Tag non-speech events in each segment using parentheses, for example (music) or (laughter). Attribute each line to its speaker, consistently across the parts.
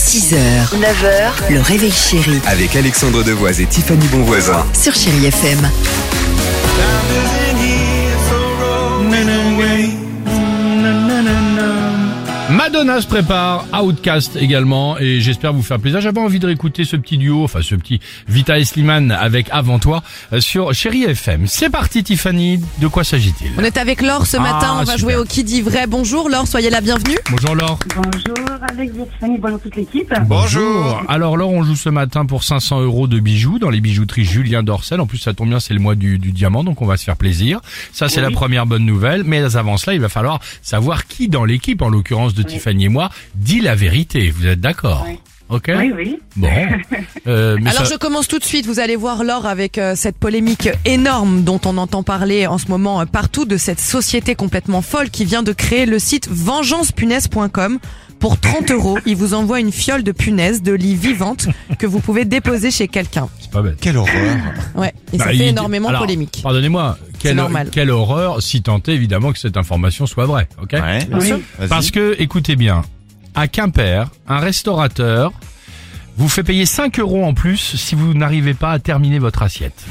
Speaker 1: 6h, 9h, le réveil chéri
Speaker 2: Avec Alexandre Devoise et Tiffany Bonvoisin.
Speaker 1: sur Chéri FM.
Speaker 3: Madonna se prépare, Outcast également, et j'espère vous faire plaisir. J'avais envie de réécouter ce petit duo, enfin ce petit Vita et Slimane avec Avant toi euh, sur Chéri FM. C'est parti Tiffany, de quoi s'agit-il
Speaker 4: On est avec Laure ce matin,
Speaker 3: Ah,
Speaker 4: on va
Speaker 3: super.
Speaker 4: jouer au qui dit vrai. Bonjour Laure, soyez la Ah, bienvenue.
Speaker 3: Bonjour Laure.
Speaker 5: Bonjour Alex, Tiffany, bonjour toute l'équipe.
Speaker 3: Bonjour. Alors Laure, on joue ce matin pour 500 euros de bijoux dans les bijouteries Julien Dorcel. En plus, ça tombe bien, c'est le mois du, du diamant, donc on va se faire plaisir. Ça, c'est la première bonne nouvelle. Mais avant cela, il va falloir savoir qui dans l'équipe, en l'occurrence de Tiffany et moi, dit la vérité. Vous êtes d'accord
Speaker 5: Oui.
Speaker 3: Ok.
Speaker 5: Oui, oui.
Speaker 3: Bon. Euh, mais
Speaker 4: Alors
Speaker 3: ça-
Speaker 4: je commence tout de suite, vous allez voir Laure avec euh, cette polémique énorme dont on entend parler en ce moment euh, partout de cette société complètement folle qui vient de créer le site vengeancepunaise.com. Pour 30 euros, il vous envoie une fiole de punaise de lit vivante que vous pouvez déposer chez quelqu'un.
Speaker 3: c'est pas bête.
Speaker 2: Quelle horreur
Speaker 4: Ouais, et ça
Speaker 3: Bah,
Speaker 4: fait
Speaker 3: il-
Speaker 4: énormément
Speaker 3: alors,
Speaker 4: polémique.
Speaker 3: Pardonnez-moi, quelle,
Speaker 4: normal.
Speaker 3: quelle horreur si tant est évidemment que cette information soit vraie, ok
Speaker 2: Ouais.
Speaker 5: Oui.
Speaker 3: Parce que, écoutez bien, à Quimper, un restaurateur vous fait payer 5 euros en plus si vous n'arrivez pas à terminer votre (laughs) assiette.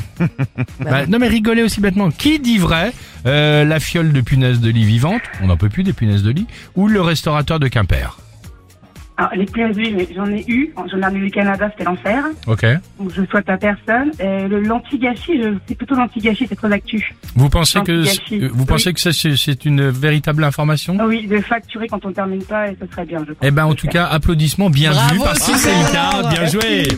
Speaker 3: Bah, non mais rigolez aussi bêtement, qui dit vrai Euh, La fiole de punaises de lit vivante, on n'en peut plus des punaises de lit, ou le restaurateur de Quimper
Speaker 5: Alors, Ah, les punaises de lit, mais j'en ai eu. J'en ai eu au Canada, c'était l'enfer.
Speaker 3: Ok.
Speaker 5: Donc, je souhaite à personne. Et le- L'anti-gâchis, je- c'est plutôt l'anti-gâchis, c'est très actu.
Speaker 3: Vous pensez que
Speaker 5: Anti-gâchis.
Speaker 3: vous pensez que ça, c'est c'est une véritable information
Speaker 5: Ah oui, de facturer quand on termine pas, et ce serait bien, je pense.
Speaker 3: Eh ben en tout cas, applaudissements bien
Speaker 4: Bravo,
Speaker 3: vus parce que c'est le cas, bien joué.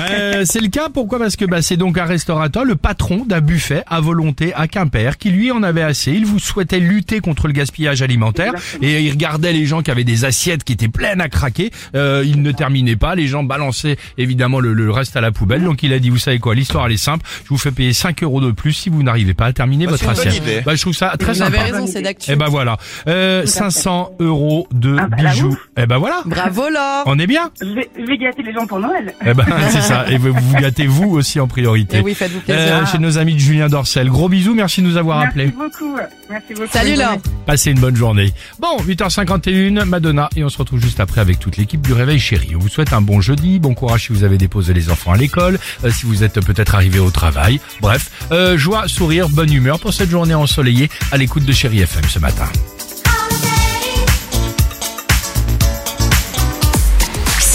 Speaker 3: Euh, c'est le cas pourquoi parce que bah, c'est donc un restaurateur, le patron d'un buffet à volonté à Quimper qui lui en avait assez, il vous souhaitait lutter contre le gaspillage alimentaire
Speaker 5: Exactement.
Speaker 3: et il regardait les gens qui avaient des assiettes qui étaient pleines à craquer, euh, il ne terminait pas, les gens balançaient évidemment le, le reste à la poubelle donc il a dit vous savez quoi, l'histoire elle est simple, je vous fais payer 5 euros de plus si vous n'arrivez pas à terminer votre
Speaker 2: une bonne
Speaker 3: assiette.
Speaker 2: idée.
Speaker 3: Bah, je trouve ça très
Speaker 4: Vous avez
Speaker 3: sympa.
Speaker 4: raison, c'est d'actu.
Speaker 3: Et ben voilà, euh, 500 euros de
Speaker 5: Ah bah, la
Speaker 3: bijoux.
Speaker 5: ouf.
Speaker 3: Et ben voilà.
Speaker 4: Bravo Laure
Speaker 3: On est bien
Speaker 5: Je vais, je vais gâter les gens pour Noël.
Speaker 3: Eh
Speaker 5: (laughs)
Speaker 3: ben c'est ça, et vous vous gâtez vous aussi en priorité.
Speaker 5: Eh
Speaker 4: Et oui, faites-vous plaisir.
Speaker 3: Euh, chez nos amis de Julien Dorcel. Gros bisous, merci de nous avoir
Speaker 5: Merci
Speaker 3: appelés.
Speaker 5: beaucoup. Merci beaucoup.
Speaker 4: Salut
Speaker 5: Bonne
Speaker 4: Laure
Speaker 5: journée.
Speaker 3: Passez une bonne journée. Bon, 8h51, Madonna, et on se retrouve juste après avec toute l'équipe du Réveil Chéri. On vous souhaite un bon jeudi, bon courage si vous avez déposé les enfants à l'école, euh, si vous êtes peut-être arrivé au travail. Bref, euh, joie, sourire, bonne humeur pour cette journée ensoleillée à l'écoute de Chéri FM ce matin.